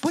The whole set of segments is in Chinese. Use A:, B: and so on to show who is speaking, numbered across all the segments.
A: 不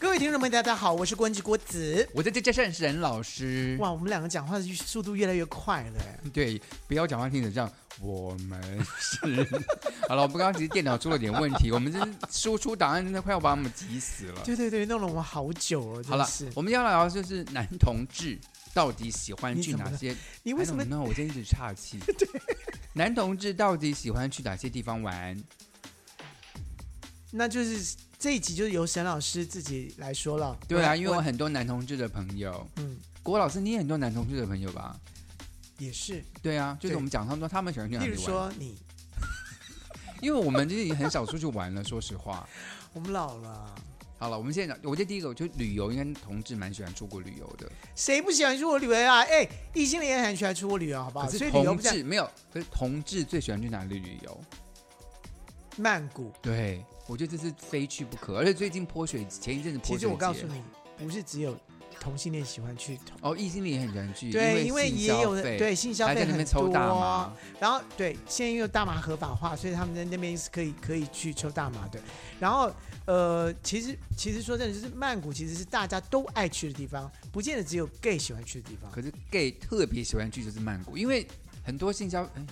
A: 各位听众们，大家好，我是关吉郭子。
B: 我在这加上沈老师，
A: 哇，我们两个讲话的速度越来越快了哎耶。
B: 对，不要讲话听着这样。我们是 好了，我们刚刚其实电脑出了点问题，我们这输出档案真的快要把我们急死 了。
A: 对对对，弄了我们好久哦。真
B: 好了
A: 是，
B: 我们要聊的就是男同志到底喜欢去哪些？
A: 你为什么
B: n 我今天一直岔 气。男同志到底喜欢去哪些地方玩？
A: 那就是这一集就是由沈老师自己来说了。
B: 对啊，因为我很多男同志的朋友，
A: 嗯
B: 郭老师你也很多男同志的朋友吧？
A: 也是，
B: 对啊，就是
A: 对
B: 我们讲他们说他们喜欢去哪
A: 例
B: 里
A: 如
B: 玩，
A: 说你，
B: 因为我们就是已经很少出去玩了。说 实话，
A: 我们老了，
B: 好了，我们现在我觉得第一个，我觉得旅游应该同志蛮喜欢出国旅游的，
A: 谁不喜欢出国旅游啊？哎，异性恋也很喜欢出国旅游，好不好？
B: 可
A: 所
B: 是
A: 以旅游
B: 同
A: 不讲
B: 志没有，可是同志最喜欢去哪里旅游？
A: 曼谷。
B: 对，我觉得这是非去不可，而且最近泼水，前一阵子泼
A: 其
B: 水
A: 实我告诉
B: 节
A: 你，不是只有同性恋喜欢去同，
B: 哦，异性恋也很喜欢去，
A: 对，因
B: 为
A: 为
B: 性
A: 也
B: 消
A: 有
B: 费
A: 人对性消
B: 还
A: 费
B: 在那
A: 很
B: 边抽大
A: 多啊
B: 麻，，
A: 然后对，现在因为大麻合法化，所以他们在那边是可以可以去抽大麻的。然后呃，其实其实说真的，就是曼谷其实是大家都爱去的地方，不见得只有 gay 喜欢去的地方。
B: 可是 gay 特别喜欢去就是曼谷，因为很多性消，哎，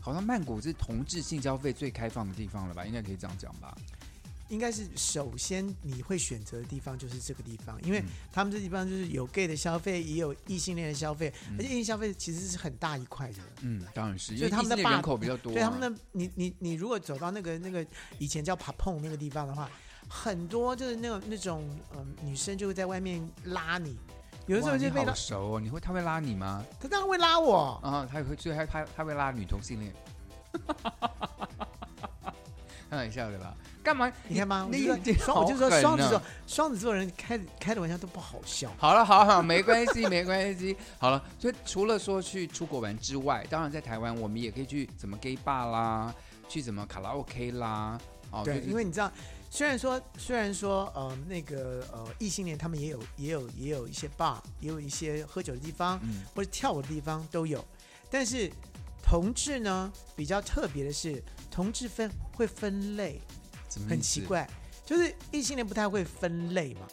B: 好像曼谷是同志性消费最开放的地方了吧？应该可以这样讲吧？
A: 应该是首先你会选择的地方就是这个地方，因为
B: 嗯
A: 他们这地方就是有 gay 的消费，也有异性恋的消费，而且异性消费其实是很大一块的。
B: 嗯，当然是，因
A: 所
B: 为
A: 以他们的
B: 异性恋人
A: 霸
B: 口比较多啊，
A: 对他们的，你你你如果走到那个那个以前叫 p a p o n 那个地方的话，很多就是那种那种嗯、女生就会在外面拉你，有的时
B: 哇
A: 候就
B: 你
A: 被
B: 好
A: 拉，
B: 熟哦，你会他会拉你吗？
A: 他当然会拉我，
B: 啊，他也会，所以他他他会拉女同 性恋，开玩笑的吧？干嘛？
A: 你看吗？我
B: 那
A: 就说
B: 眼睛
A: 双，我就说
B: 好狠
A: 双子
B: 啊
A: 座，双子座人开开的玩笑都不好笑。
B: 好了，好好，没关系， 没关系。好了，所以除了说去出国玩之外，当然在台湾我们也可以去什么 gay bar 啦，去什么卡拉 OK 啦，哦，
A: 对，
B: 就是
A: 因为你知道，虽然说虽然说呃那个呃异性恋他们也有也有也有一些 bar，也有一些喝酒的地方
B: 嗯，
A: 或者跳舞的地方都有，但是同志呢比较特别的是，同志分会分类，
B: 什么意
A: 很奇，
B: 思
A: 怪，就是异性恋不太会分类嘛，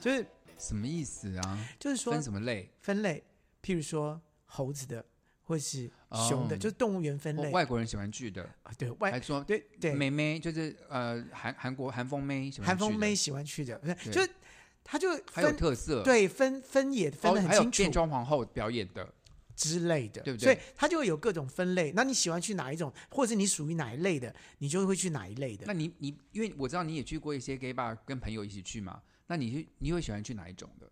A: 就是
B: 什么意思啊？
A: 就是说
B: 分什么类？
A: 分类，譬如说猴子的。或是
B: 哦
A: 熊的，就是动物园分
B: 我
A: 类。
B: 外国人喜欢去的，
A: 啊对
B: 还
A: 外
B: 说
A: 对对，
B: 妹妹就是呃韩韩国韩风妹喜欢
A: 韩
B: 去
A: 风
B: 的
A: 妹喜欢去的，不是
B: 对
A: 就是他就
B: 还有
A: 分
B: 特色，
A: 对，分分也分
B: 哦，
A: 得
B: 还有
A: 很
B: 变
A: 清楚
B: 装皇后表演的，
A: 之类的，
B: 对不对
A: 所以它就会有各种分类。那你喜欢去哪一种，或者是你属于哪一类的，你就会去哪一类
B: 那
A: 的。
B: 你你因为我知道你也去过一些 gay bar，跟朋友一起去嘛，那你去你会喜欢去哪一种的？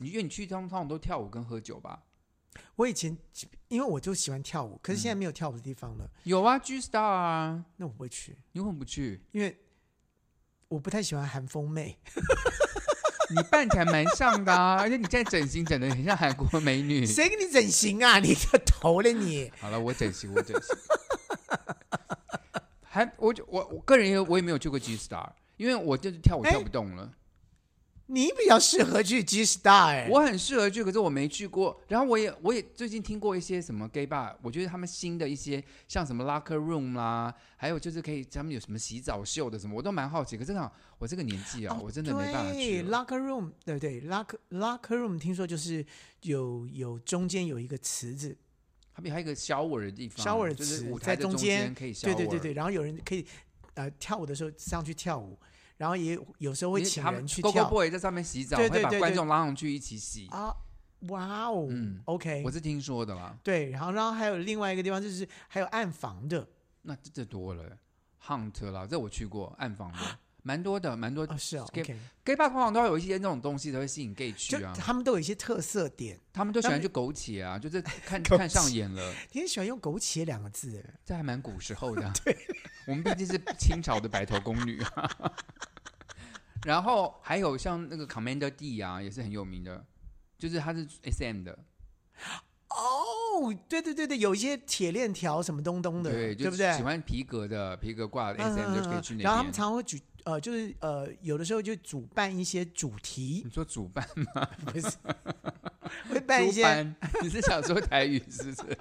B: 你因为你去他们通常都跳舞跟喝酒吧？
A: 我以前因为我就喜欢跳
B: 嗯
A: 舞，可是现在没有跳舞的地方了，
B: 有啊，G Star 啊，
A: 那我不会去，
B: 你为什么 不去？
A: 因为我不太喜欢韩风 妹。
B: 你扮起来蛮像的啊，而且你现在整形整的很像韩国美 女。
A: 谁给你整形 啊？你个头了你！
B: 好了，我整形，我整形。还我就我我个人也我也没有去过 G Star，因为我就是跳舞
A: 哎
B: 跳不动了。
A: 你比较适合去 G Star 哎、
B: 我很适合去，可是我没去过。然后我也我也最近听过一些什么 gay bar，我觉得他们新的一些像什么 locker room 啦，还有就是可以他们有什么洗澡秀的什么，我都蛮好奇。可是呢，我这个年纪啊，
A: 哦
B: 我真的没办法去
A: 对
B: 了。
A: locker room，对不对？locker locker room，听说就是有有中间有一个池子，
B: 他们还有一个 shower 的地方
A: shower
B: 就是
A: 池
B: 舞台
A: 在
B: 的
A: 中
B: 间
A: 间
B: 可以 shower。
A: 对对对对，然后有人可以呃跳舞的时候上去跳舞，然后也有时候会
B: 因为
A: 请
B: 他们
A: 人去
B: Go Go
A: 跳
B: Boy 在上面洗澡，
A: 对
B: 会
A: 对
B: 把
A: 对
B: 观
A: 对
B: 众拉上去一起洗。
A: 啊，哇哦，
B: 嗯
A: ，OK，
B: 我是听说的啦，
A: 对，然后然后还有另外一个地方就是还有暗房的
B: 那这这多了，hunt 啦，这我去过暗访的，蛮多的，蛮多
A: 啊、是啊、
B: 给
A: o k
B: gay bar 通常都要有一些那种东西才会吸引 gay
A: 就
B: 去啊。
A: 他们都有一些特色点。
B: 他们都喜欢
A: 那
B: 去苟且 啊，就是看
A: 苟且
B: 看上眼了，
A: 你很喜欢用“苟且”两个字，
B: 这还蛮古时 候的、对，我们毕竟是清朝的白头宫女啊。 然后还有像那个 Commander D 啊，也是很有名的，就是他是 SM 的，
A: 哦哦，对对对对，有一些铁链条什么东东的，
B: 对，就
A: 不嗯对？嗯
B: 喜欢皮革的皮革挂的 SM 就可以去那边。
A: 然后他们常会举呃，就是呃，有的时候就主办一些主题
B: 你，说主 办
A: 不是会办一
B: 主
A: 些，
B: 办，你是想说台语是不是？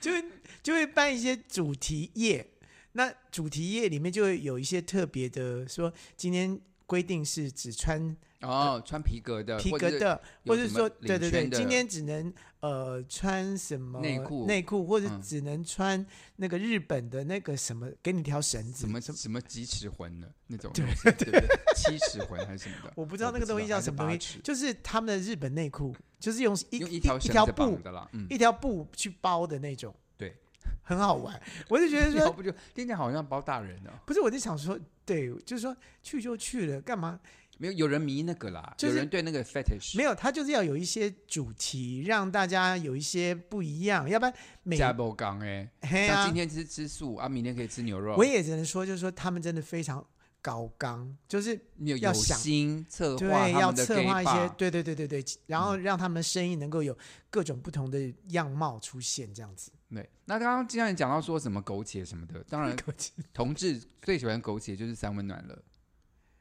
A: 就会就会办一些主题夜。那主题夜里面就会有一些特别的，说今天规定是只穿
B: 哦，穿皮革的，
A: 皮
B: 或
A: 革
B: 者是
A: 的，
B: 有
A: 或者
B: 什
A: 说
B: 么
A: 对对对，
B: 领圈的
A: 今天只能呃穿什么
B: 内裤
A: 内裤或者
B: 嗯
A: 只能穿那个日本的那个什么，给你条绳子
B: 什么
A: 什么。
B: 什么几尺魂的那种东西，对不对？七尺魂还是什么 的？
A: 我不知道那个东西叫什么东
B: 还
A: 西
B: 是八尺，
A: 就是他们的日本内裤，就是用一
B: 用
A: 一
B: 一条绳
A: 条
B: 子
A: 布
B: 绑的啦。嗯，
A: 一条布去包的那种，
B: 对，
A: 很好玩。我就觉得
B: 要
A: 说，
B: 哦不就听起来好像包大人哦。
A: 不是，我就想说，对，就是说去就去了，干嘛？
B: 没有，有人迷那个啦，
A: 就是
B: 有人对那个 fetish
A: 没有，他就是要有一些主题，让大家有一些不一样，要不然每
B: 加包缸哎，
A: 嘿
B: 像
A: 啊
B: 今，天吃吃素啊，明天可以吃牛肉
A: 我。也只能说，就是说他们真的非常高纲，就是
B: 你有
A: 要
B: 有
A: 想
B: 心策
A: 对
B: 划他
A: 要
B: 们的
A: 策
B: gay
A: 划一些
B: bar，，嗯
A: 对对对对对，然后让他们的声音能够有各种不同的样貌出现，这样子。
B: 对。那刚刚既然讲到说什么苟且什么的，当然同志最喜欢苟且就是三温暖了，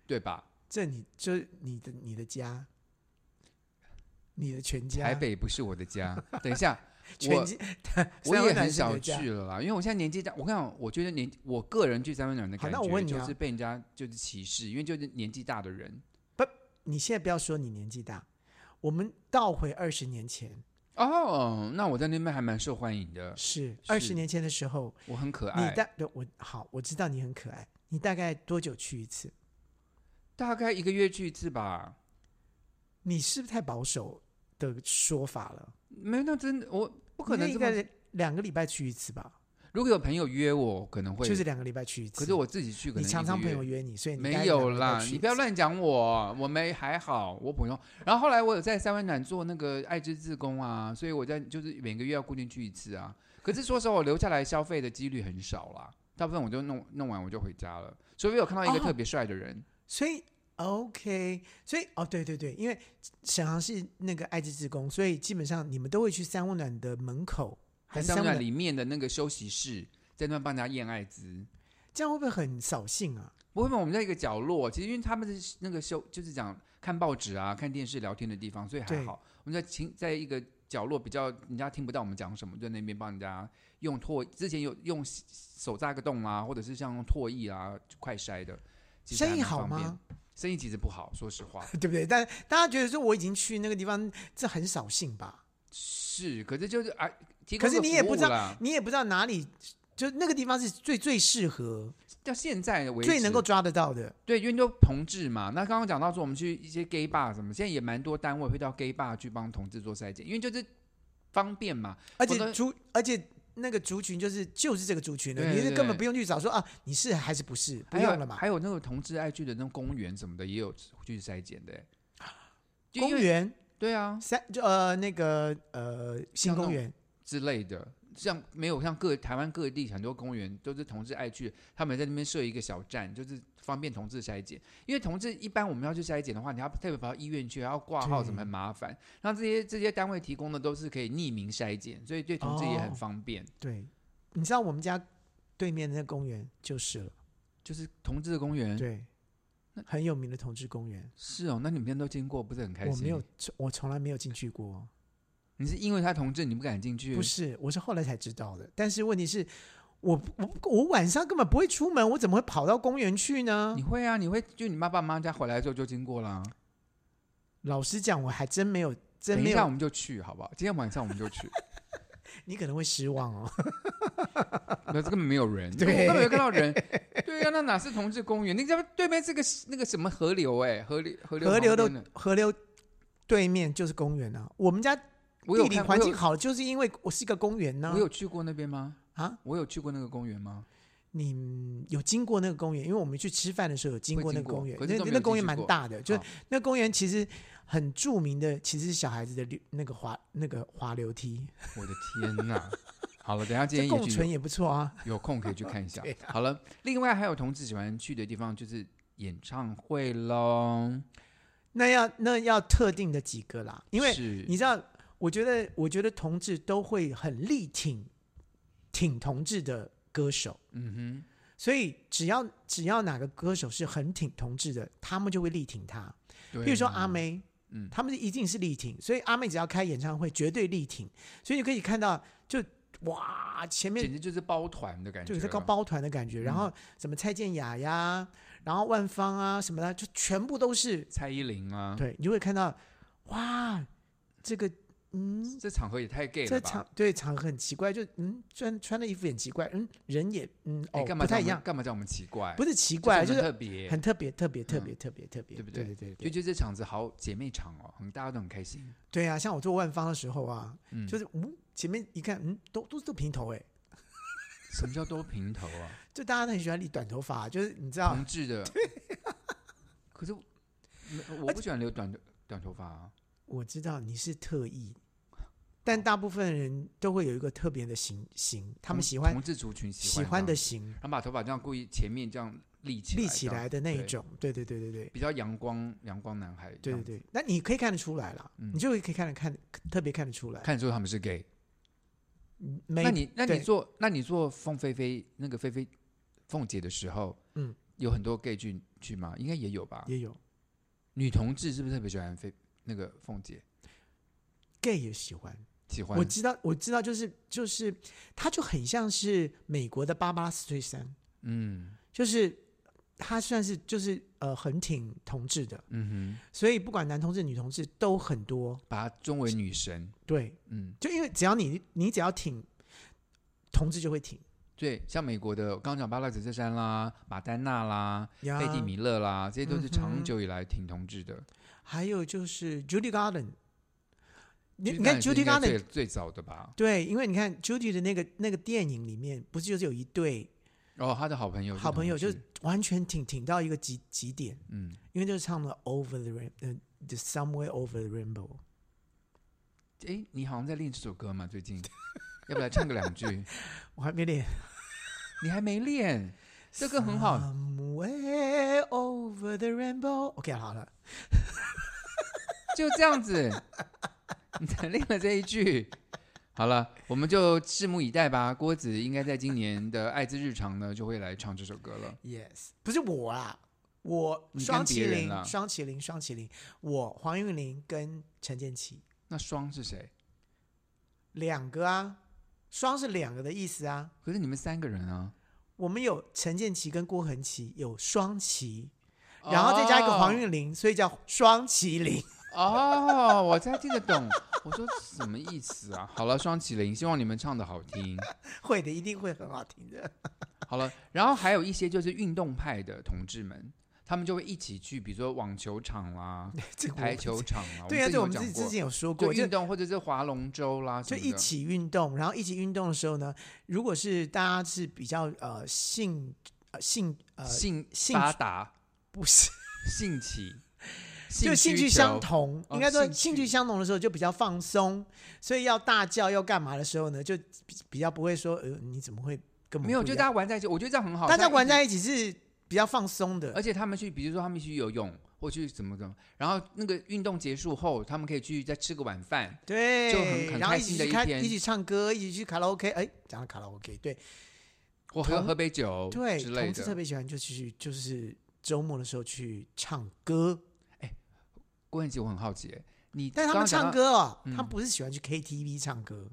B: 对 吧？
A: 这你就是你的你的家，你的全家，
B: 台北不是我的家。等一下，
A: 全
B: 我
A: 家，
B: 我
A: 三
B: 也
A: 温暖
B: 很
A: 是你
B: 少
A: 的家
B: 去了啦，因为我现在年纪大。我跟你讲，我觉得年我个人去三温暖的
A: 好
B: 感
A: 那我
B: 觉
A: 问你
B: 就
A: 啊
B: 是被人家就是歧视，因为就是年纪大的人
A: 你现在不要说你年纪大，我们倒回二十年前，
B: 嗯哦。那我在那边还蛮受欢迎的，
A: 是
B: 是
A: 二十年前的时候，
B: 我很可
A: 你
B: 爱。
A: 大对我好，我知道你很可爱。你大概多久去一次？
B: 大概一个月去一次吧。
A: 你是不是太保守的说法了？
B: 没有，那真的我不
A: 不
B: 可能
A: 应
B: 这么。
A: 该两个礼拜去一次吧，
B: 如果有朋友约我，可能会。
A: 就是两个礼拜去一次。
B: 可是我自己去，可能
A: 你常常
B: 一个
A: 朋
B: 月
A: 友约你，所以你大概
B: 没有
A: 两个礼
B: 啦
A: 拜，去
B: 你不要
A: 一次
B: 乱讲我，我没还好，我普通。然后后来我有在三温暖做那个爱之自工啊，所以我在就是每个月要固定去一次啊。可是说实话，我留下来消费的几率很少啦，大部分我就弄弄完我就回家了，除非有看到一个
A: 哦
B: 特别帅的人。
A: 所以 OK，所以哦，对对对，因为沈航是那个爱之职工，所以基本上你们都会去三温暖的门口，还
B: 在
A: 是
B: 三
A: 三
B: 温
A: 温
B: 暖
A: 暖，
B: 里面的那个休息室，在那边帮人家验艾滋。
A: 这样会不会很扫兴啊？
B: 不会嘛，我们在一个角落，其实因为他们是那个休，就是讲看报纸啊、看电视、聊天的地方，所以还
A: 对
B: 好。我们在情在一个角落，比较人家听不到我们讲什么，就在那边帮人家用唾，之前有用手扎个洞啊，或者是像用唾液啊快筛的。其实还
A: 生意
B: 蛮
A: 好
B: 方便
A: 吗？？
B: 生意其实不好，说实话
A: 对不对？但大家觉得说我已经去那个地方，这很扫兴吧？
B: 是，可是就是啊，提
A: 可
B: 供
A: 是
B: 个
A: 你也
B: 服
A: 不
B: 务
A: 知道
B: 啦。
A: 你也不知道哪里，就那个地方是最最适合、
B: 到现在为止，
A: 最能够抓得到的。
B: 对，因为都同志嘛。那刚刚讲到说，我们去一些 gay bar 什么，现在也蛮多单位会到 gay bar 去帮同志做筛检，因为就是方便嘛。
A: 而
B: 我
A: 且
B: 都
A: 族，而且那个族群就是就是这个族群的，
B: 对
A: 你是
B: 对
A: 根本
B: 对
A: 不用去找说啊，你是还是不是？不
B: 还有
A: 用了嘛。
B: 还有那个同志爱去的那种公园什么的，也有去筛检的欸。
A: 啊
B: 就因
A: 公
B: 为
A: 园
B: 对啊
A: 三就呃那个呃新
B: 像那
A: 公
B: 种
A: 园，
B: 之类的，像没有像各台湾各地很多公园都是同志爱去，他们在那边设一个小站，就是方便同志筛检。因为同志一般我们要去筛检的话，你要特别跑到医院去，还要挂号什么
A: 对
B: 很麻烦。那这些这些单位提供的都是可以匿名筛检，所以对同志也很
A: 哦
B: 方便。
A: 对，你知道我们家对面的那公园就是了，
B: 就是同志的公园，
A: 对，很有名的同志公园，
B: 是哦，那你们都经过，不是很开心？
A: 我没有，我从来没有进去过，
B: 你是因为他同志，你不敢进去？
A: 不是，我是后来才知道的。但是问题是，我我我晚上根本不会出门，我怎么会跑到公园去呢
B: 你？会啊，你会就你爸爸妈妈家回来之后就经过啊啦。
A: 老实讲，我还真没有，真
B: 等
A: 没
B: 一下我
A: 有，
B: 们就去，好不好？今天晚上我们就去，
A: 你可能会失望哦。
B: 那根本没有 人，
A: 对
B: 我根本没有看到人。对啊，那哪是同志公园？那家对面是个那个什么河流、哎，河流河流
A: 河流
B: 旁
A: 的
B: 边的，
A: 河流对面就是公园啊，我们家
B: 我
A: 地
B: 有
A: 理
B: 看
A: 环境好，就是因为我是一个公园呢、
B: 我有，我有去过那边吗？
A: 啊。
B: 我有去过那个公园吗？
A: 你有经过那个公园，因为我们去吃饭的时候有经过那个公园，
B: 会经
A: 那
B: 过可是都没有
A: 那公园
B: 进去
A: 蛮
B: 过啊
A: 大的，就是
B: 好
A: 那公园其实很著名的，其实是小孩子的溜那个滑那个滑流 梯，
B: 我的天哪！好了，等一下今
A: 这
B: 天也
A: 共
B: 去
A: 存也不错啊。
B: 有空可以去看一下
A: 对。啊
B: 好了，另外还有同志喜欢去的地方就是演唱会喽，
A: 那要那要特定的几个啦，因为
B: 是
A: 你知道我觉得，我觉得同志都会很力挺挺同志的歌手，
B: 嗯
A: 所以只要只要哪个歌手是很挺同志的，他们就会力挺他。
B: 哼，对，
A: 比如说阿，妹，
B: 嗯
A: 他们一定是力挺，所以阿妹只要开演唱会绝对力挺，所以你可以看到就哇前面
B: 简直就是包团的感觉啊嗯
A: 就
B: 了，
A: 是个包团的感觉，然后什么蔡健雅呀，然后万芳啊什么的，就全部都是
B: 蔡依林啊，，
A: 对，你就会看到哇这个嗯
B: 这场合也太 gay
A: 这
B: 了吧？
A: 场对场合很奇怪，就嗯穿穿的衣服也很奇怪，嗯人也嗯
B: 哎
A: 哦
B: 干嘛
A: 不
B: 叫
A: 太
B: 我
A: 一
B: 们
A: 样，
B: 干嘛叫我们奇怪？
A: 不是奇怪，啊
B: 就
A: 就是是
B: 很特别，
A: 很特别特别特
B: 嗯
A: 别特别特别，
B: 对不
A: 对
B: 对
A: 对
B: 就
A: 对
B: 觉得这场子好姐妹场哦，我们大家都很开心。
A: 对啊！像我做万方的时候啊，
B: 嗯，
A: 就是嗯前面一看嗯都都是平头哎，
B: 什么叫多平头 啊？
A: 就大家都很喜欢理短头发，就是你知道
B: 同志 的。
A: 啊
B: 可是没我不喜欢留短短头发啊。
A: 我知道你是特意，但大部分人都会有一个特别的型型，他们
B: 同
A: 喜欢
B: 同志族群喜
A: 喜
B: 欢
A: 欢
B: 这
A: 的
B: 样，
A: 型，
B: 他们把头发这样故意前面这样立起来，
A: 立起
B: 这样
A: 来的那一
B: 对
A: 种。对对对对对
B: 比较阳光阳光男孩。
A: 对对，对，那你可以看得出来啦，
B: 嗯
A: 你就可以看得看特别看得出来。嗯
B: 看得出他们是 gay。
A: 没
B: 那你那你
A: 对
B: 做那你做凤飞飞那个飞飞凤姐的时候，
A: 嗯，
B: 有很多 gay 剧剧吗？应该也有吧。
A: 也有
B: 女同志是不是特别喜欢飞那个凤姐？
A: gay 也喜欢，
B: 喜欢
A: 我知道我知道，就是就是，他就很像是美国的芭芭拉斯推山，
B: 嗯
A: 就是他算是就是呃很挺同志的，
B: 嗯
A: 所以不管男同志女同志都很多
B: 哼，，把她中为女神，
A: 对，
B: 嗯，
A: 就因为只要你你只要挺，同志就会挺。
B: 对，像美国的，我刚刚讲巴拉紫色山啦、马丹娜啦、
A: 呀
B: 贝蒂米勒啦，这些都是
A: 嗯
B: 长
A: 哼
B: 久以来挺同志
A: 嗯
B: 的。
A: 还有就是 Judy Garden，你你
B: Judy
A: 看
B: Garland 是
A: Judy
B: 应该最
A: Garden，
B: 最早的吧？
A: 对，因为你看 Judy 的那个那个电影里面，不是就是有一对
B: 哦，他的好朋友是同志，
A: 好朋友，就是完全挺挺到一个极极点，
B: 嗯，
A: 因为就是唱了 Over the Rain，呃、t h e Somewhere Over the Rainbow，
B: 哎，你好像在练这首歌嘛？最近， 要不来唱个两句？
A: 我还没练，
B: 你还没 练，这歌很好。
A: Somewhere Over the Rainbow，OK，、好了，
B: 就这样子， 你才练了这一句。好了，我们就拭目以待吧。郭子应该在今年的《爱之日常》呢，就会来唱这首歌了。
A: Yes，不是我啊，我
B: 你跟
A: 双
B: 别
A: 麒
B: 人啊
A: 麟
B: 啦，
A: 双麒麟，双麒麟，我黄韵玲跟陈建奇
B: 那双是谁？
A: 两个啊，双是两个的意思啊。
B: 可是你们三个人啊，
A: 我们有陈建奇跟郭恒奇，有双麒，哦
B: 哦
A: 然后再加一个黄韵玲，所以叫双麒麟。
B: 哦。哦，我才听得懂。我说什么意思啊？好了，双麒麟，希望你们唱的好听。
A: 会的，一定会很好听的。
B: 好了，然后还有一些就是运动派的同志们，他们就会一起去，比如说网球场啦、
A: 这个我
B: 排球，场 啦。
A: 对啊，这我们
B: 之
A: 自己
B: 前有
A: 之前有说
B: 讲过就
A: 过，就
B: 运动或者是划龙舟啦什
A: 就
B: 么的，
A: 一起运动，然后一起运动的时候呢，如果是大家是比较呃性呃性呃
B: 性
A: 兴
B: 发
A: 趣
B: 达、
A: 不是。
B: 兴起，
A: 就兴趣
B: 趣
A: 相
B: 求，
A: 同，
B: 哦
A: 应该说
B: 兴
A: 兴
B: 趣
A: 趣相同的时候就比较放松，所以要大叫要干嘛的时候呢，就比比较不会说呃你怎么会跟我们
B: 没有，
A: 不一
B: 就大
A: 样
B: 家玩在一起，我觉得这样很好。
A: 大家玩
B: 一
A: 在一起是比较放松
B: 起，而
A: 的，
B: 且他们去，比如说他们去游泳或去怎么怎么，然后那个运动结束后，他们可以去再吃个晚饭，
A: 对，
B: 就很很
A: 然后
B: 开
A: 一起
B: 心的
A: 去
B: 一
A: 看
B: 天
A: 一起唱歌，一起去卡拉 OK，哎，讲到卡拉 OK，对
B: 或喝
A: 同
B: 喝杯酒
A: 对，
B: 哦之类
A: 同志特
B: 的。
A: 别喜欢就去就是周末的时候去唱歌，
B: 郭彦杰，我很好奇，你
A: 但他
B: 刚
A: 们
B: 刚讲
A: 唱
B: 到，
A: 歌哦，他
B: 嗯
A: 们不是喜欢去 KTV 唱歌，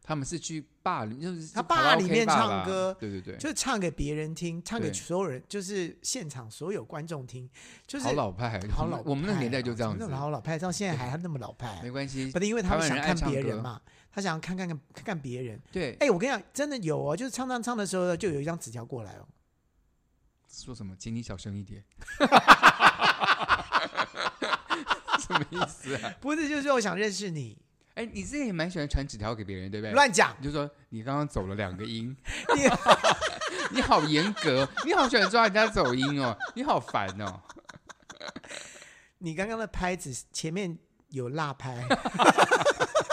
B: 他们是去坝里，就是
A: 他
B: 卡拉
A: 坝
B: OK
A: 里面
B: 吧
A: 唱
B: 啦
A: 歌
B: 对对对，
A: 就唱给别人听，唱给
B: 对
A: 所有人，就是现场所有观众听，就是
B: 好老派，
A: 好老派哦，
B: 我们那个年代就这样
A: 真
B: 子
A: 的，老老派，到现在还那么老派
B: 没。关系
A: 不，是因为他们
B: 台
A: 想
B: 湾人爱
A: 看别
B: 唱歌
A: 人嘛，他想要看看看看看别人。
B: 对，
A: 哎，我跟你讲，真的有哦，就是唱唱唱的时候呢，就有一张纸条过来哦。
B: 说什么？请你小声 一点。 什么意思啊？
A: 不是，就是说我想认识你，
B: 哎，你自己也蛮喜欢传纸条给别人，对不对？
A: 乱讲
B: 你就说你刚刚走了两个音，
A: 你
B: 你好严格，你好喜欢抓人家走音哦，你好烦哦。
A: 你刚刚的拍子前面有辣拍，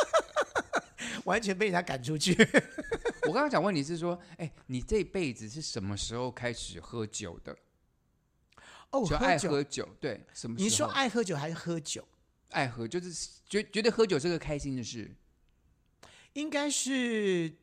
A: 完全被人家赶出去。
B: 我刚刚想问你是说，哎，你这辈子是什么时候开始喝酒的？
A: 哦，
B: 就爱
A: 喝酒。
B: 喝酒，对，什么时
A: 你
B: 候？
A: 说爱喝酒还是喝酒？
B: 爱喝，就是觉觉得喝酒是个开心的事。
A: 应该是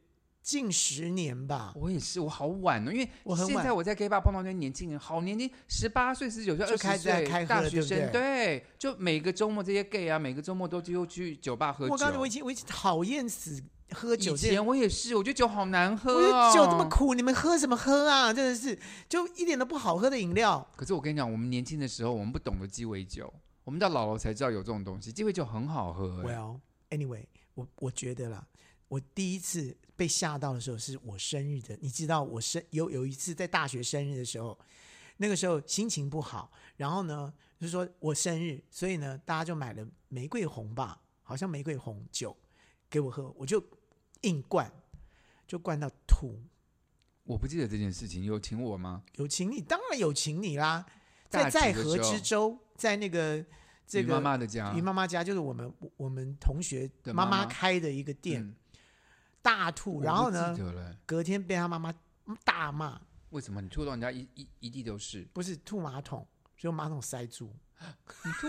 A: 近十年吧。
B: 我也是，我好晚哦，因为
A: 我很晚
B: 现在我在 gay bar 碰到那些年轻人，好年轻，十八岁、十九岁、
A: 就
B: 二
A: 开
B: 十
A: 始在
B: 岁
A: 开喝了
B: 大学生，
A: 对不
B: 就每个周末这些 gay 啊，每个周末都几乎去酒吧喝酒。啊
A: 我告诉你，我已经我已经讨厌死喝酒
B: 以
A: 这件
B: 前我也是，我觉得酒好难喝、
A: 我觉
B: 哦，
A: 得酒这么苦，你们喝什么喝啊？真的是，就一点都不好喝的饮料。
B: 可是我跟你讲，我们年轻的时候，我们不懂得鸡尾酒，我们到老了才知道有这种东西。鸡尾酒很好喝、哎
A: Well, anyway，我我觉得啦，我第一次被吓到的时候是我生日的，你知道我生有有一次在大学生日的时候，那个时候心情不好，然后呢就是说我生日，所以呢大家就买了玫瑰红吧，好像玫瑰红酒给我喝，我就硬灌，就灌到吐。
B: 我不记得这件事情，有请我吗？
A: 有请你，当然有请你啦，在
B: 大
A: 在
B: 几的
A: 河
B: 时候
A: 之洲，在那个这
B: 于
A: 个
B: 妈妈的家，
A: 于妈妈家，就是我们我我们同学
B: 的
A: 妈
B: 妈
A: 妈
B: 妈
A: 开的一个店，
B: 嗯
A: 大吐，然后
B: 我不
A: 呢
B: 记，得了，欸
A: 隔天被他妈妈大骂，
B: 为什么你吐到人家一一一地都是？
A: 不是吐马桶，是用马桶塞住，
B: 你吐，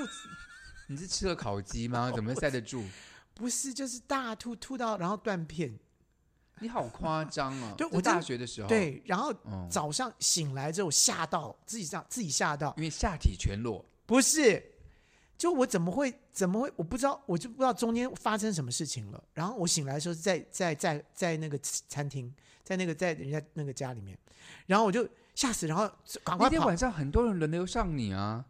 B: 你是吃了烤鸡吗？ 怎么塞得住？
A: 不是就是大吐吐到然后断片，
B: 你好夸张哦！
A: 对
B: 在
A: 我真
B: 大学的时候，，
A: 对，然后
B: 嗯，
A: 早上醒来之后吓到自己吓自己吓到，
B: 因为下体全裸，
A: 不是，就我怎么会怎么会我不知道，我就不知道中间发生什么事情了。然后我醒来的时候是在在在在那个餐厅，在那个在人家那个家里面，然后我就吓死，然后赶快
B: 那天
A: 跑
B: 晚，上很多人轮流上你啊，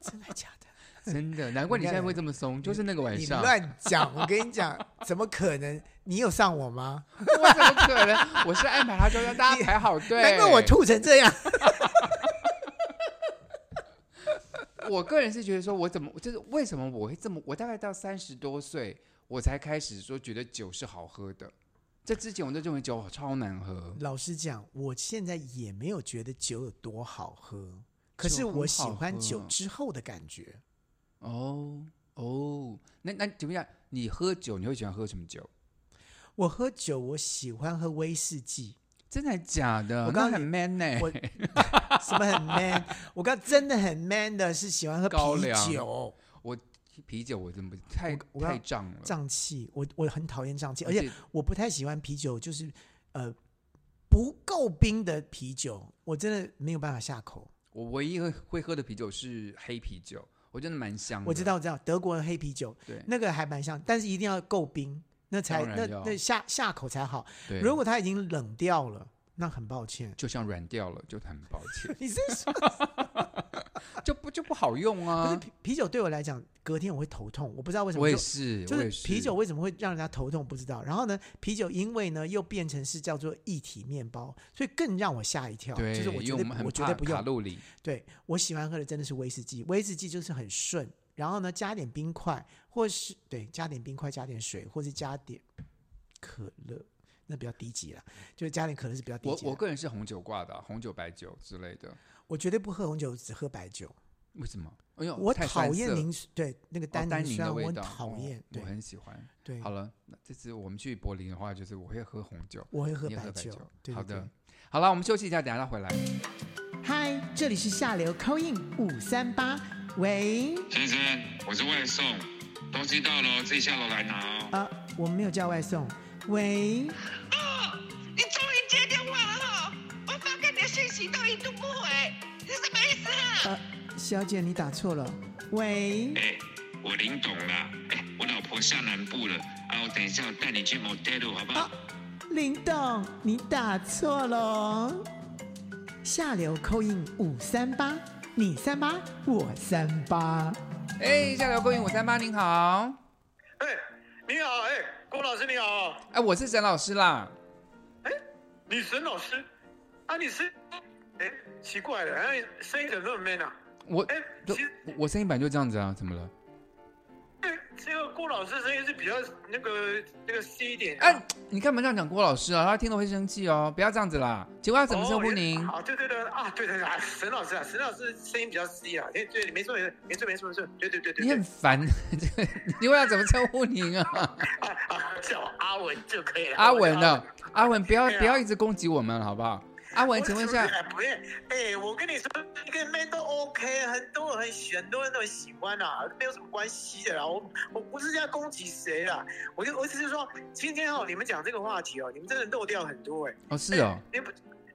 A: 真的假的？
B: 真的，难怪你
A: 你看
B: 现在会这么松，就是那个晚
A: 你
B: 上，
A: 乱讲！我跟你讲，怎么可能？你有上我吗？
B: 我怎么可能？我是安排他说让大家排好队，
A: 难怪我。吐成这样。
B: 我个人是觉得说，我怎么就是为什么我会这么？我大概到三十多岁，我才开始说觉得酒是好喝的。这之前我都认为酒超难喝，
A: 老实讲，我现在也没有觉得酒有多好喝，可
B: 酒
A: 是我
B: 很
A: 喜
B: 好
A: 欢
B: 喝
A: 酒之后的感觉。
B: 哦哦，那那怎么样？你喝酒你会喜欢喝什么酒？
A: 我喝酒，我喜欢喝威士忌。
B: 真的假的？
A: 我刚
B: 那很 man 呢、
A: 我什么很 man？我刚真的很 man 的是喜欢喝
B: 高
A: 啤
B: 粱
A: 酒，
B: 啤酒我真不太
A: 我我刚
B: 太胀了，
A: 胀气。我我很讨厌胀气，而
B: 而
A: 且我不太喜欢啤酒，就是呃不够冰的啤酒，我真的没有办法下口。
B: 我唯一会会喝的啤酒是黑啤酒，我真的蛮香的。
A: 我知道，我知道，德国的黑啤酒
B: 对
A: 那个还蛮像，但是一定要够冰，那才
B: 当
A: 那
B: 然要
A: 那下下口才好。
B: 对，
A: 如果它已经冷掉了，那很抱歉。，
B: 就像软掉了，就很抱歉
A: 你是 说，
B: 就不就不好用
A: 可是
B: 啊。
A: 啤啤酒对我来讲，隔天我会头痛，我不知道为什么。
B: 我也是，
A: 就
B: 我
A: 是
B: 也是
A: 啤酒为什么会让人家头痛不知道，然后呢，啤酒因为呢又变成是叫做一体面包，所以更让我吓一跳。
B: 对，
A: 就是我
B: 因
A: 绝
B: 为
A: 对
B: 我们很
A: 我绝
B: 怕
A: 对不
B: 卡
A: 用。
B: 路里，
A: 对我喜欢喝的真的是威士忌，威士忌就是很顺，然后呢加点冰块，或是对加点冰块加点水，或是加点可乐，那比较低级了，就是加点可乐是比较低
B: 我
A: 级的。
B: 我个人是红酒挂的啊、红酒、白酒之类的。
A: 我绝对不喝红酒，只喝白酒。
B: 为什么？哎呦，
A: 我
B: 太
A: 讨
B: 酸
A: 厌
B: 涩
A: 凝对那个
B: 哦
A: 单
B: 单
A: 宁
B: 宁
A: 酸，
B: 的
A: 我
B: 味
A: 很
B: 道，
A: 讨
B: 哦
A: 厌。
B: 我
A: 对
B: 很喜欢。
A: 对，
B: 好了，那这次我们去柏林的话，就是我会喝红酒，
A: 我会喝
B: 你也
A: 白
B: 喝白酒。
A: 对
B: 好
A: 对对
B: 的，好了，我们休息一下，等一下再回来。
A: 嗨，这里是下流 call in 五三八，喂，
C: 先生，我是外送，东西到了哦自己下楼来拿哦。
A: 呃，我们没有叫外送，喂，
D: 哦，你终于接电话了哈、我发给你的信息都一度不回，是什么意思啊？
A: 呃，小姐你打错了，喂，
C: 哎、我林董啦，哎、我老婆下南部了，啊，我等一下我带你去 motel 好不好？
A: 啊林董你打错了哦，下流 call in 五三八，你三八我三八，
B: 哎，下流公园五三八，您好，
E: 哎，你好，哎，郭老师你好，
B: 哎，我是沈老师啦。
E: 你沈老师，啊你是，哎，奇怪了，哎，声音怎么那么 man 啊？
B: 我
E: 哎
B: 都
E: 其实
B: 我我声音本来就这样子啊，怎么了？
E: 哎，这个郭老师声音是比较那个那个细一点、啊。
B: 哎，你干嘛这样讲郭老师啊？他听了会生气哦，不要这样子啦。请问要怎么称呼您？
E: 哦、啊，对对对，啊，对对对，啊沈老师啊，沈老师声音比较细啊，对对，没错没错没错没错没错，对对对对
B: 你很
E: 对，
B: 烦， 这个你问要怎么称呼您 啊？
E: 啊啊，叫我阿文就可以了。
B: 阿文
E: 我叫
B: 呢？阿文，不要
E: 对啊
B: 不要一直攻击我们，好不好？阿文，请问一下
E: 我，是不是哎不是，哎，我跟你说，一个妹都 OK，很多人很喜，很多人都很喜欢啊，没有什么关系的啦。我我不是在攻击谁啦，我就我只是说，今天哦，你们讲这个话题哦，你们真的漏掉很多哎、
B: 哦是哦，
E: 你不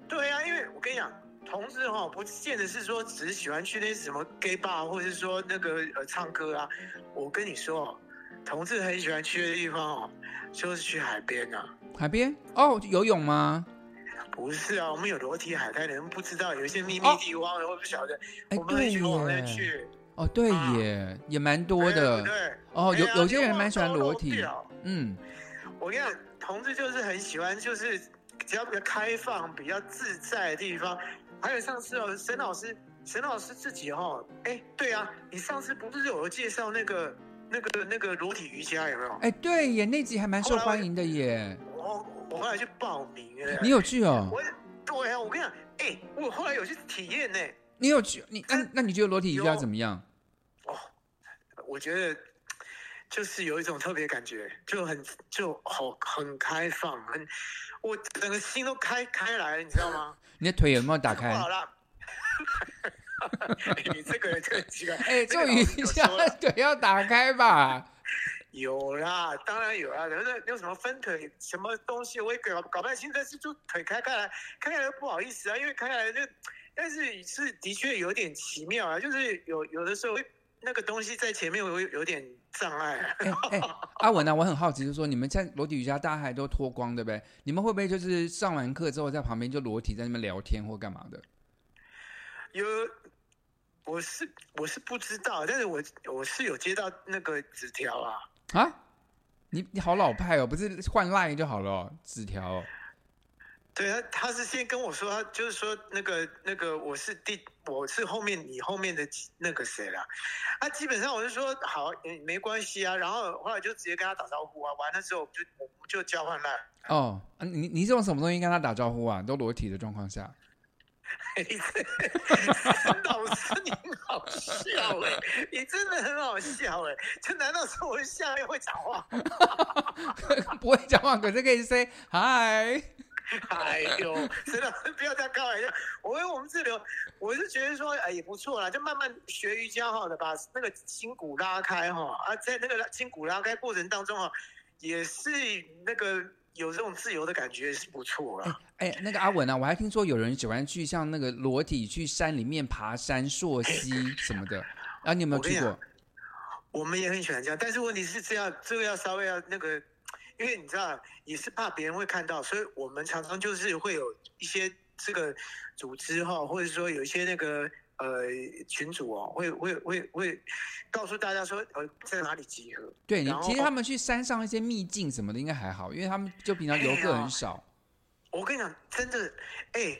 E: 对啊，因为我跟你讲，同志哈、不见得是说只是喜欢去那些什么 gay bar，或者是说那个呃唱歌啊。我跟你说，哦，同志很喜欢去的地方哦，就是去海边啊。
B: 海边哦，游泳吗？
E: 不是啊，我们有裸体海滩，你们不知道，有一些秘密
B: 哦
E: 地方，我也不晓得。
B: 哎
E: 我们很喜欢往那
B: 对耶
E: 去，
B: 哦对
E: 啊
B: 耶，也蛮多
E: 哎对不
B: 的，
E: 对？
B: 哦有
E: 哎呀
B: 有些人
E: 你
B: 蛮喜欢
E: 忘
B: 裸
E: 都
B: 体，
E: 掉
B: 嗯，
E: 我跟你讲，同志就是很喜欢，就是只要比较开放、比较自在的地方。还有上次哦，沈老师，沈老师自己哦，哎，对啊，你上次不是有介绍那个、那个、那个裸体瑜伽有没有？
B: 哎对耶，那集还蛮受
E: 后来我
B: 欢迎的耶，
E: 我我后来去报名了。
B: 你有去哦？
E: 我对啊，我跟你讲，哎，我后来有去体验呢。
B: 你有去你那
E: 他
B: 那你觉得裸体瑜伽
E: 有
B: 怎么样？
E: 哦，我觉得就是有一种特别感觉，就很就好很开放，很我整个心都开开来了，你知道吗？
B: 你的腿有没有打开
E: 不？好啦。 你这个人真的很奇怪。
B: 哎，
E: 这
B: 这
E: 个老
B: 瑜
E: 师有
B: 伽
E: 说了
B: 腿要打开吧？
E: 有啦，当然有啦。然后那有什么分腿什么东西，我也搞搞半天，但是就腿开开来，开开来不好意思啊，因为开开来就，但是是的确有点奇妙啊，就是有有的时候会那个东西在前面我有有点障碍、啊
B: 哎 哎，阿文啊，我很好奇，就是说你们在裸体瑜伽，大家还都脱光，对不对？你们会不会就是上完课之后，在旁边就裸体在那边聊天或干嘛的？
E: 有，我是我是不知道，但是我我是有接到那个纸条啊。
B: 啊？你你好老派哦，不是换 line 就好了、哦，纸条、哦。
E: 对他，他是先跟我说，他就是说那个那个我是第我是后面你后面的那个谁啦，啊，基本上我就说好，嗯，没关系啊，然后后来就直接跟他打招呼啊，完了之后我们就我们就交换了，
B: 哦，啊你你是用什么东西跟他打招呼啊？都裸体的状况下，
E: 你这老师你很好笑哎、你真的很好笑哎、就难道说我下面会讲话？
B: 不会讲话，可是可以 say hi。
E: 哎呦，真的不要再开玩笑。我因为我们这里有，我是觉得说，哎，也不错啦，就慢慢学瑜伽好了，把那个筋骨拉开哈啊，在那个筋骨拉开过程当中啊，也是那个有这种自由的感觉是不错啦。
B: 哎，那个阿文啊，我还听说有人喜欢去像那个裸体去山里面爬山、溯溪什么的，啊，你有没有
E: 我跟你
B: 去过
E: 讲？我们也很喜欢这样，但是问题是这样，这个要稍微要那个，因为你知道也是怕别人会看到，所以我们常常就是会有一些这个组织哈，或者说有一些那个呃群主哦，会会会会告诉大家说呃在哪里集合。
B: 对你
E: 然，后哦
B: 其实他们去山上一些秘境什么的应该还好，因为他们就平常游
E: 哎
B: 客很少。
E: 我跟你讲，真的，哎，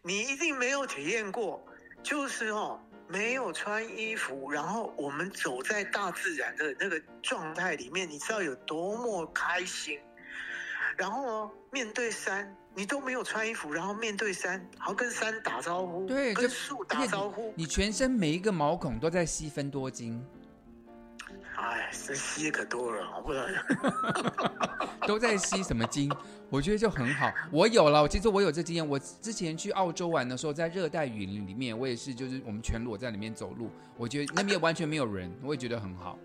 E: 你一定没有体验过，就是哦，没有穿衣服，然后我们走在大自然的那个状态里面，你知道有多么开心。然后哦，面对山，你都没有穿衣服，然后面对山，然后跟山打招呼，
B: 对就
E: 跟树打招呼，
B: 你全身每一个毛孔都在吸芬多精，
E: 哎，这吸可多了，我不知道。
B: 都在吸什么精？我觉得就很好。我有了，其实我有这经验。我之前去澳洲玩的时候，在热带雨林里面，我也是就是我们全裸在里面走路，我觉得那边完全没有人，我也觉得很好。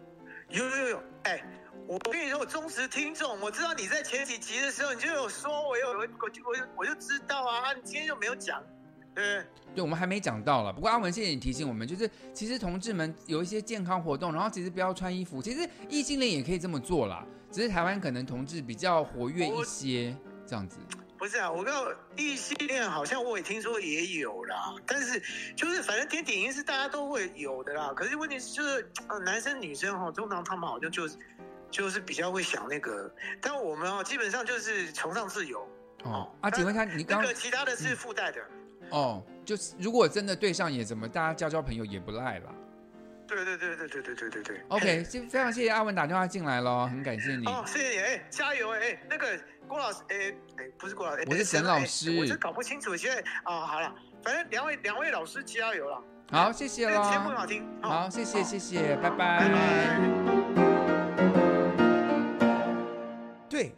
E: 有有有，哎、我跟你说，我忠实听众，我知道你在前几集的时候你就有说，我有我我就我就我就知道啊，啊你今天就没有讲，对
B: 对，我们还没讲到了。不过阿文谢谢你提醒我们，就是其实同志们有一些健康活动，然后其实不要穿衣服，其实呃异性恋也可以这么做啦。只是台湾可能同志比较活跃一些，这样子。
E: 不对？不是啊，我告诉异性恋好像我也听说也有啦，但是就是反正天顶音是大家都会有的啦。可是问题是就是，呃、男生女生哈，通常他们好像就是就是比较会想那个，但我们哦基本上就是崇尚自由，
B: 哦
E: 哦，
B: 啊，请问一下，你
E: 那
B: 刚
E: 个其他的是附带的。
B: 哦，就是如果真的对上也怎么，大家交交朋友也不赖啦。
E: 对对对对对对对对对。
B: OK，就 非常谢谢阿文打电话进来咯，很感谢你。
E: 哦，谢谢你，哎，加油，哎，那个郭老师，哎，哎，不是郭老师，哎
B: 我是沈老师
E: 哎我真搞不清楚，现在啊，好了，反正两位两位老师加油了，
B: 好，谢谢
E: 这个节目很
B: 咯。
E: 好听，
B: 啊
E: 哦
B: 好，谢谢
E: 好
B: 谢谢，拜拜。
E: 拜拜。
A: 对，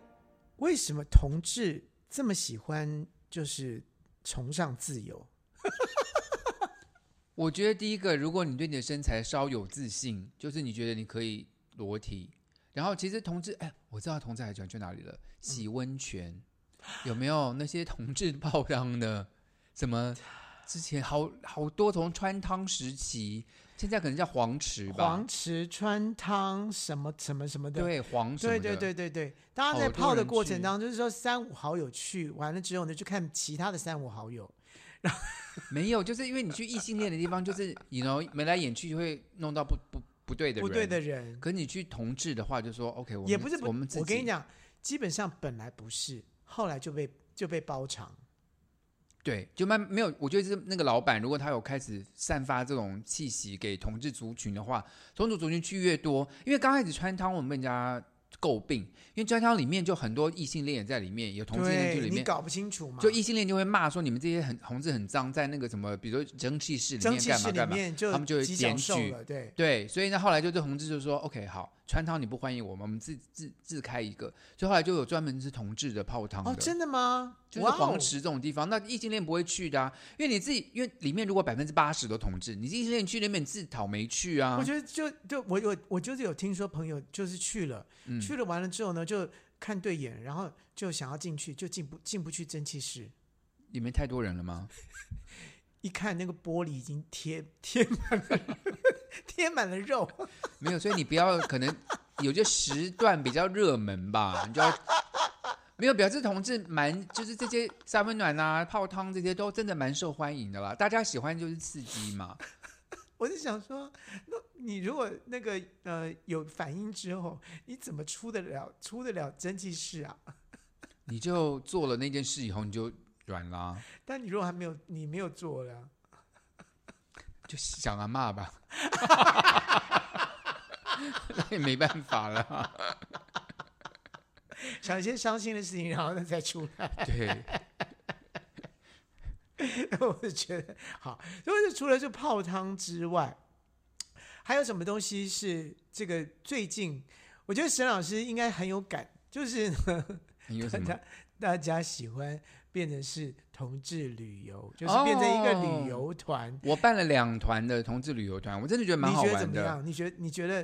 A: 为什么同志这么喜欢就是崇尚自由？
B: 我觉得第一个，如果你对你的身材稍有自信，就是你觉得你可以裸体，然后其实同志，哎，我知道同志还喜欢去哪里
A: 嗯
B: 了，洗温泉，有没有那些同志泡汤的？什么？之前好好多从川汤时期，现在可能叫黄池吧，
A: 黄池川汤什么什么什么的，
B: 对黄什
A: 对
B: 么的
A: 对对对对，大家在
B: 好多
A: 泡的
B: 人
A: 过程
B: 去
A: 当中，就是说三五好友去完了之后呢，就看其他的三五好友。
B: 没有，就是因为你去异性恋的地方，就是你 know 眉来眼去就会弄到不不不对的人，
A: 不对的。人，
B: 可你去同志的话，就说 OK，我们
A: 也不是不，
B: 我们自己
A: 跟你，讲，基本上本来不是，后来就被就被包场。
B: 对，就慢没有，我觉得是那个老板，如果他有开始散发这种气息给同志族群的话，同志族群去越多，因为刚开始穿汤我们被人家诟病，因为穿汤里面就很多异性恋也在里面，有同性恋就
A: 对，
B: 里
A: 你
B: 面。
A: 搞不清楚嘛？
B: 就异性恋就会骂说你们这些很同志很脏，在那个什么，比如说蒸汽室里
A: 蒸
B: 面
A: 汽
B: 干嘛
A: 室里
B: 干嘛，
A: 面就
B: 他们就会
A: 几脚
B: 检
A: 兽
B: 举
A: 了，对，
B: 对，所以呢，后来就是同志就说，OK，好，川汤你不欢迎我们，我们自自自开一个。所以后来就有专门是同志的泡汤的，
A: 哦，真的吗？
B: 就是
A: 哇哦
B: 黄池这种地方，那异性恋不会去的啊，因为你自己，因为里面如果百分之八十都同志，你异性恋去那边你自己讨没去啊。
A: 我觉得就就我有我就是有听说朋友就是去了，
B: 嗯
A: 去了完了之后呢，就看对眼，然后就想要进去，就进不进不去蒸汽室。
B: 里面太多人了吗？
A: 一看那个玻璃已经贴贴满了 贴满了肉，
B: 没有，所以你不要可能有些时段比较热门吧，你就要。没有表示同志蛮就是这些三温暖啊、泡汤这些都真的蛮受欢迎的啦，大家喜欢就是刺激嘛。
A: 我就想说，那你如果那个呃有反应之后，你怎么出得了出得了蒸汽室啊？
B: 你就做了那件事以后，你就软啦、
A: 但你如果还没有你没有做了，
B: 就想阿骂吧， 那也没办法了。
A: 想一些伤心的事情，然后再出来，
B: 对，
A: 我就觉得好。所以除了这泡汤之外，还有什么东西是这个最近？我觉得沈老师应该很有感，就是呢
B: 你有
A: 大
B: 什么
A: 家？大家喜欢变成是同志旅游，就是
B: 哦
A: 变成一个旅游团。
B: 我办了两团的同志旅游团，我真的觉得蛮
A: 你
B: 好
A: 觉得怎
B: 玩
A: 么
B: 的。
A: 样？你觉得你觉得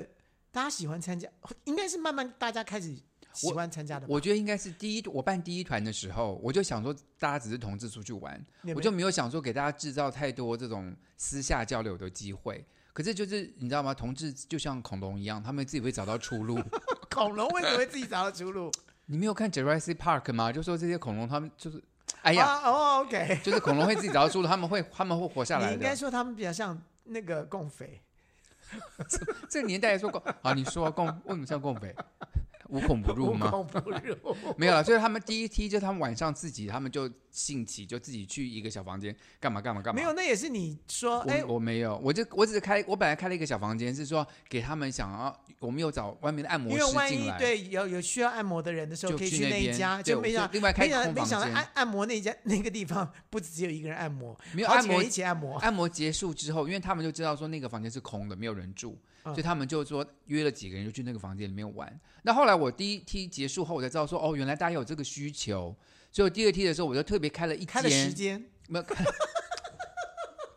A: 大家喜欢参加，应该是慢慢大家开始喜欢参加的吧。
B: 我觉得应该是第一，我办第一团的时候，我就想说大家只是同志出去玩，
A: 你有
B: 我
A: 没
B: 就
A: 有
B: 没有想说给大家制造太多这种私下交流的机会。可是就是你知道吗？同志就像恐龙一样，他们自己会找到 出路。
A: 恐龙为什么会自己找到出路？
B: 你没有看 Jurassic Park 吗？就说这些恐龙他们就是， 哎呀，
A: 啊哦，OK，
B: 就是恐龙会自己找到出路，他们会他们会活下
A: 你
B: 来
A: 应该
B: 的。
A: 说他们比较像那个共匪，
B: 这个年代说共啊，你说共为什么叫共匪？ 无孔不入
A: 无
B: 吗？
A: 孔不入。
B: 没有了，就是他们第一梯，就是他们晚上自己，他们就兴起，就自己去一个小房间干嘛干嘛干嘛。
A: 没有，那也是你说，哎，
B: 我我没有，我就我只是开，我本来开了一个小房间，是说给他们想要，我们有找外面的按摩
A: 因为
B: 师
A: 万
B: 进
A: 一
B: 来，
A: 对有有需要按摩的人的时候，
B: 就
A: 可以
B: 去
A: 去
B: 那
A: 一
B: 边
A: 家，
B: 对
A: 就没想
B: 我就另外开
A: 没想
B: 空
A: 没
B: 房
A: 想到
B: 间
A: 按按摩那一家 那个地方不只有一个人按摩，
B: 没有
A: 好
B: 按
A: 几个人
B: 摩
A: 一起按摩，
B: 按摩结束之后，因为他们就知道说那个房间是空的，没有人住，
A: 嗯
B: 所以他们就说约了几个人就去那个房间里面玩。那后来我第一梯结束后，我才知道说哦，原来大家有这个需求，所以我第二梯的时候我就特别开了一
A: 开了时
B: 间，
A: 间，
B: 没有 开，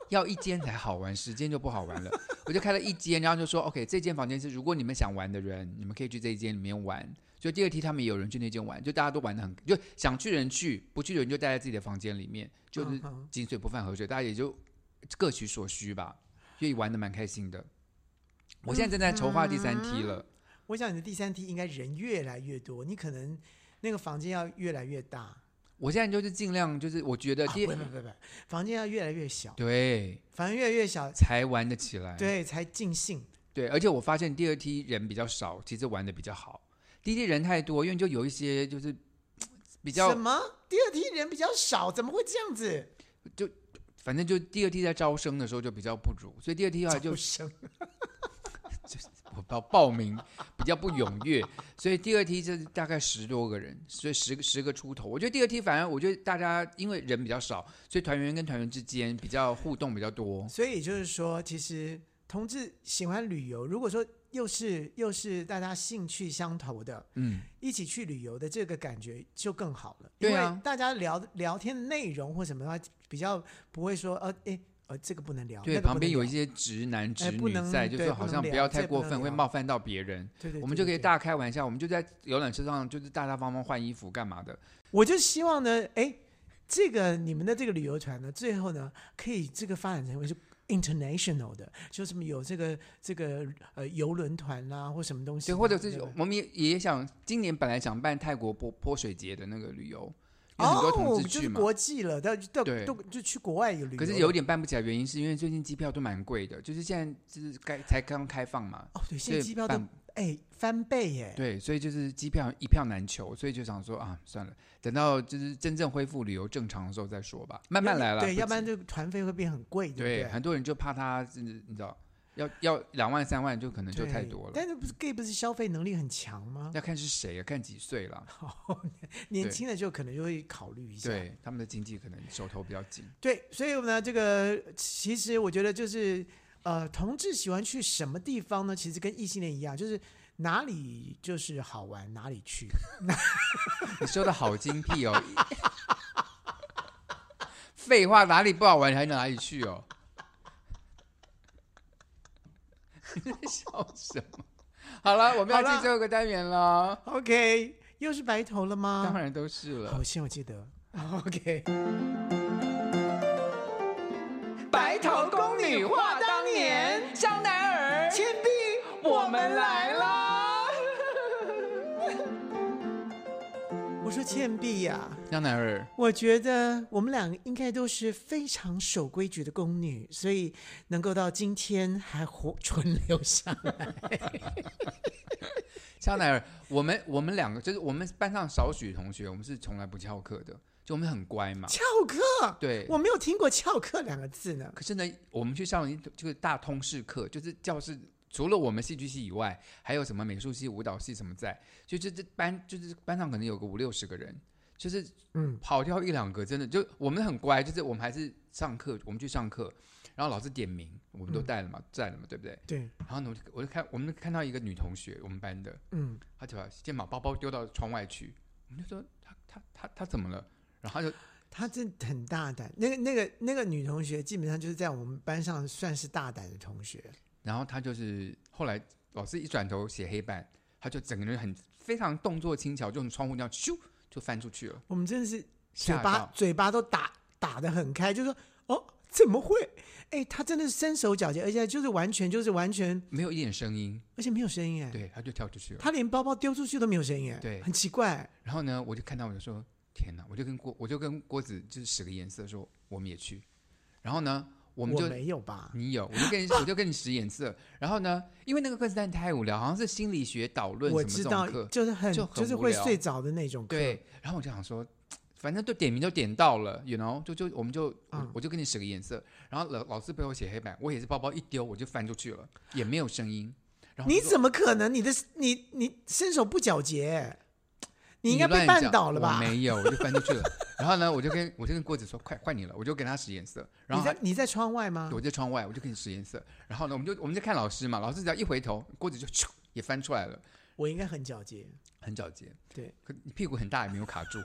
B: 要一间才好玩，时间就不好 玩了。我就开了一间，然后就说 OK，这间房间是如果你们想玩的人，你们可以去这一间里面玩。所以第二梯他们也有人去那间玩，就大家都玩的很，就想去的人去，不去的人就待在自己的房间里面，就是
A: 嗯哼
B: 井水不犯河水，大家也就各取所需吧，所以玩的蛮开心
A: 嗯
B: 的。我现在正在筹划第三梯了，
A: 我想你的第三梯应该人越来越多，你可能那个房间要越来越大，啊
B: 我现在就是尽量就是我觉得
A: 不
B: 第、
A: 不不不不，房间要越来越小，
B: 对
A: 房间越来越小，
B: 才玩得起来，
A: 对，才尽兴。
B: 对，而且我发现第二梯人比较少，其实玩的比较好。第一梯人太多，因为就有一些就是嘖比较
A: 什，么？第二梯人比较少，怎么会这样子？
B: 反正就第二梯在招生的时候就比较不如，所以第二梯后来就
A: 招生
B: 我报报名比较不踊跃，所以第二梯就是大概十多个人，所以十个十个出头。我觉得第二梯反而我觉得大家因为人比较少，所以团员跟团员之间比较互动比较多。
A: 所以也就是说，其实同志喜欢旅游，如果说又是又是大家兴趣相投的，
B: 嗯，
A: 一起去旅游的这个感觉就更好了。
B: 对啊
A: 因为大家聊聊天的内容或什么的话，比较不会说呃诶呃这个不能聊，
B: 对，
A: 那个不能
B: 旁边有一
A: 聊
B: 些直男直
A: 哎不
B: 女
A: 能
B: 在，就
A: 对
B: 说
A: 不
B: 好
A: 能
B: 像
A: 聊
B: 不要
A: 这
B: 太
A: 不
B: 过
A: 能
B: 分，会
A: 聊
B: 冒犯到别人。
A: 对对对
B: 我们就可以
A: 对对
B: 大开玩笑，我们就在游览车上就是大大方方换衣服干嘛的。
A: 我就希望呢，哎，这个你们的这个旅游团呢，最后呢，可以这个发展成为是 international 的，就什么有这个这个呃游轮团啦、或什么东西
B: 对，
A: 的，
B: 或者是
A: 对吧
B: 我们也也想，今年本来想办泰国泼泼水节的那个旅游，有很多同
A: 哦
B: 志，
A: 就
B: 去
A: 是
B: 嘛。
A: 国际了，到到
B: 对
A: 都就去国外有旅游了，
B: 可是有点办不起来，原因是因为最近机票都蛮贵的，就是现在就是该才刚开放嘛，
A: 哦，对，现在
B: 所以
A: 机票都
B: 办
A: 哎翻倍耶，
B: 对，所以就是机票一票难求，所以就想说啊，算了，等到就是真正恢复旅游正常的时候再说吧，慢慢来了。
A: 对，要不
B: 急
A: 然这个团费会变很贵，不
B: 对
A: 对？
B: 很多人就怕他，就是你知道，要要两万三万就可能就
A: 对
B: 太多了
A: 但。是不是 gay 不是消费能力很强吗？
B: 要看是谁啊，看几岁了，
A: 年
B: 对
A: 轻的就可能就会考虑一下。
B: 对他们的经济可能手头比较紧。
A: 对，所以呢，这个其实我觉得就是呃，同志喜欢去什么地方呢？其实跟异性恋一样，就是哪里就是好玩哪里去。
B: 你说的好精辟哦！ 废话，哪里不好玩还哪里去哦？ 你在笑什么？好了，我们要
A: 好了
B: 进最后一个单元了，
A: OK，又是白头了吗？
B: 当，然都是了
A: 好，。希望我记得。OK，
B: 白头宫女话当年，香奈儿，
A: 铅笔，
B: 我们来啦！
A: 我说倩碧呀、
B: 香奈儿，
A: 我觉得我们两个应该都是非常守规矩的宫女，所以能够到今天还活存留下来。
B: 香奈儿，我们我们两个就是我们班上少许同学，我们是从来不翘课的，就我们很乖嘛。
A: 翘课，
B: 对，
A: 啊我没有听过翘课两个字呢。
B: 可是呢，我们去上了一就是大通识课，就是教室除了我们戏剧系以外，还有什么美术系、舞蹈系什么在，就这这班就是班上可能有个五六十个人，就是
A: 嗯
B: 跑掉一两个，真的就我们很乖，就是我们还是上课，我们去上课，然后老师点名，我们都
A: 嗯
B: 带了嘛，在了嘛，对不对？
A: 对，
B: 然后呢，我就我就看我们看到一个女同学，我们班的，
A: 嗯，
B: 她就把先把包包丢到窗外去，我们就说她她她她怎么了？然后她就
A: 她真的很大胆。那个、那个、那个女同学，基本上就是在我们班上算是大胆的同学。
B: 然后他就是后来老师一转头写黑板，他就整个人很非常动作轻巧，就从窗户这样咻就翻出去了，
A: 我们真的是嘴
B: 吓
A: 巴
B: 到。
A: 嘴巴都打打得很开，就说哦，怎么会？哎，她真的是身手矫捷，而且就是完全就是完全，
B: 没有一点声音，
A: 而且没有声音哎。
B: 对，他就跳出去了。
A: 他连包包丢出去都没有声音，哎
B: 对
A: 很奇怪。
B: 然后呢，我就看到我就说，天哪！我就跟郭，我就跟郭子就是使个眼色说，我们也去。然后呢，我
A: 我
B: 们就嗯
A: 没有吧？
B: 你有，我就跟你，我就跟你使眼色。然后呢，因为那个课实在太无聊，好像是心理学导论
A: 我
B: 什么这
A: 知
B: 种
A: 道
B: 课，，
A: 就是很
B: 就很
A: 是
B: 无
A: 会
B: 聊
A: 睡着的那种课。
B: 对，然后我就想说，反正都点名都点到了，you know，就就我们就我、
A: 嗯
B: 我就跟你使个眼色，然后老老师陪我写黑板，我也是包包一丢我就翻出去了，也没有声音。然后
A: 你
B: 我就说
A: 怎么可能？你的你你身手不矫捷，你应该被
B: 乱
A: 绊
B: 讲
A: 倒了
B: 我
A: 吧？
B: 没有，我就翻出去了。 然后呢，我就跟我就跟郭子说，快换你了，我就给他使眼色，然
A: 你
B: 后他
A: 在你在窗外吗？
B: 我在窗外，我就跟你使眼色。然后呢，我们就我们就看老师嘛，老师只要一回头，郭子就咻也翻出来了，
A: 我应该很矫捷。
B: 很皎洁。
A: 对，
B: 可你屁股很大也没有卡住，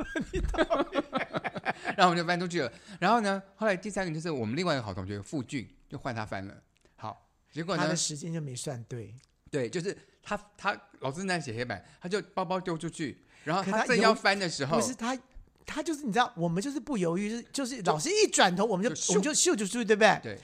B: 然后我们就翻出去了。然后呢，后来第三个就是我们另外一个好同学傅俊，就换他翻了。好，结果
A: 他
B: 呢
A: 的，时间就没算对，
B: 对，就是他他老师在写黑板，他就包包丢出去，然后
A: 可
B: 他
A: 他
B: 正
A: 有
B: 要翻的时候
A: 不，是他，他就是你知道，我们就是不犹豫，就是就是老师一转头，我们就
B: 就咻
A: 我们就秀就出去，对不对？
B: 对，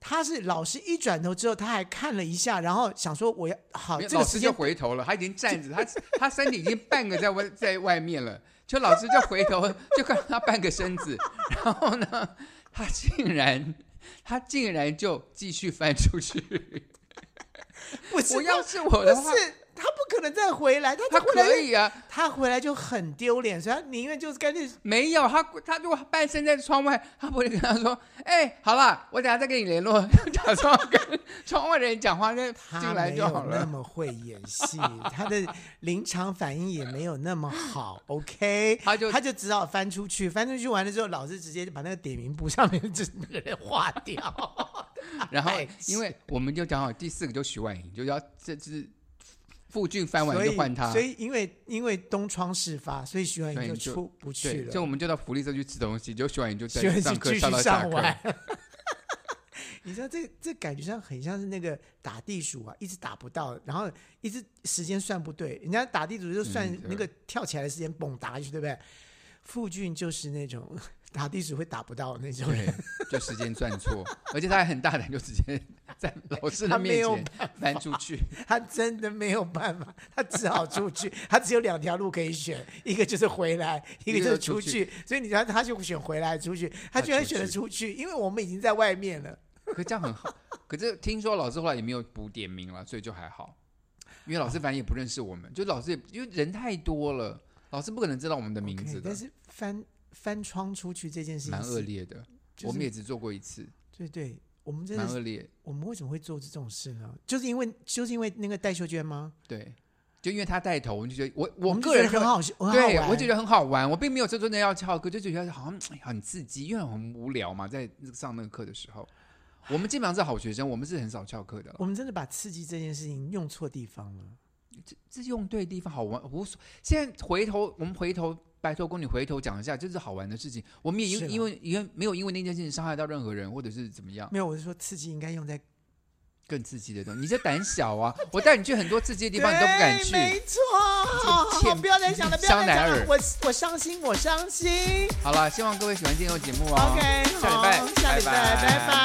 A: 他是老师一转头之后，他还看了一下，然后想说我要好
B: 因为
A: 啊这
B: 老
A: 个
B: 师
A: 时
B: 就
A: 间
B: 回头了，他已经站着，他他身体已经半个在外在外面了，就老师就回头就看到他半个身子，然后呢，他竟然他竟然就继续翻出去。
A: 不 是
B: 我要是我
A: 不
B: 的话，
A: 是他不可能再回来，他
B: 他
A: 再回来
B: 可以啊，
A: 他回来就很丢脸，所以他宁愿就是干脆
B: 没有他，他如果半身在窗外， 他不会跟他说：“哎、好啦，我等下再跟你联络。” 假装跟窗外的人讲话，那进
A: 他
B: 来
A: 没
B: 就好
A: 有那
B: 了。
A: 么会演戏，他的临场反应也没有那么好。OK，
B: 他就
A: 他就只好翻 哎出去，翻出去完了之后，老师直接就把那个点名簿上面的就是那个人划掉。
B: 然后因为我们就讲好第四个就徐婉莹，就要这就是傅俊翻完
A: 所
B: 就
A: 以
B: 换他，
A: 所以因为因为东窗事发，所以徐婉
B: 所
A: 莹就
B: 以就
A: 出不去
B: 对，
A: 了，
B: 所以我们就到福利社去吃东西，就徐婉莹就
A: 徐婉
B: 在
A: 莹就
B: 上课
A: 继
B: 上
A: 续
B: 到下
A: 上完
B: 课，。
A: 你知道这这感觉上很像是那个打地鼠啊，一直打不到，然后一直时间算不对，人家打地鼠就算
B: 嗯对
A: 那个跳起来的时间蹦打下去，对不对？傅俊就是那种打地鼠会打不到的那种人，
B: 对，就时间转错，而且他还很大胆，就直接 在老师的
A: 他没
B: 面
A: 有
B: 前翻出去。
A: 他真的没有办法，他只好出去，他只有两条路可以选，一个就是回来，一个就是出
B: 一个
A: 去，所以你知道他就选回来出去，他居然选了出去，因为我们已经在外面了。
B: 可这样 很好。可是听说老师后来也没有补点名了，所以就还好。因为老师反正也不认识我们，就老师也因为人太多了，老师不可能知道我们的名
A: OK，
B: 字的
A: 但，是翻翻窗出去这件事情
B: 蛮
A: 是
B: 恶，劣的。
A: 就是
B: 我们也只做过一次，
A: 对对，我们真的
B: 蛮
A: 是
B: 恶劣。
A: 我们为什么会做这种事呢？就是因为就是因为那个戴秀娟吗？
B: 对，就因为他带头，我们就觉得我
A: 我
B: 我
A: 们就
B: 个
A: 觉
B: 人
A: 得很
B: 就，
A: 好笑，很好
B: 对
A: 玩
B: 我就觉得很好玩。我并没有说真的要翘课，就觉得好像哎很刺激，因为很无聊嘛，在上那个课的时候，我们基本上是好学生，我们是很少翘课的啦。
A: 我们真的把刺激这件事情用错地方了。
B: 这用对地方好玩无所。现在回头我们回头拜托宫女回头讲一下，这是好玩的事情。我们也
A: 是啊
B: 因
A: 啦
B: 因为因为没有因为那件事情伤害到任何人，或者是怎么样
A: 没有，我是说刺激应该用在
B: 更刺激的东西。你这胆小啊！我带你去很多刺激的地方，你都不敢
A: 对没
B: 去。
A: 错，好好好
B: 欠
A: 不要再想了，不要
B: 香
A: 再
B: 奈
A: 想了
B: 儿，
A: 我我伤心，我伤心。
B: 好了，希望各位喜欢今天的节目哦。
A: OK，
B: 下礼拜
A: 好，下礼拜，
B: 拜
A: 拜拜。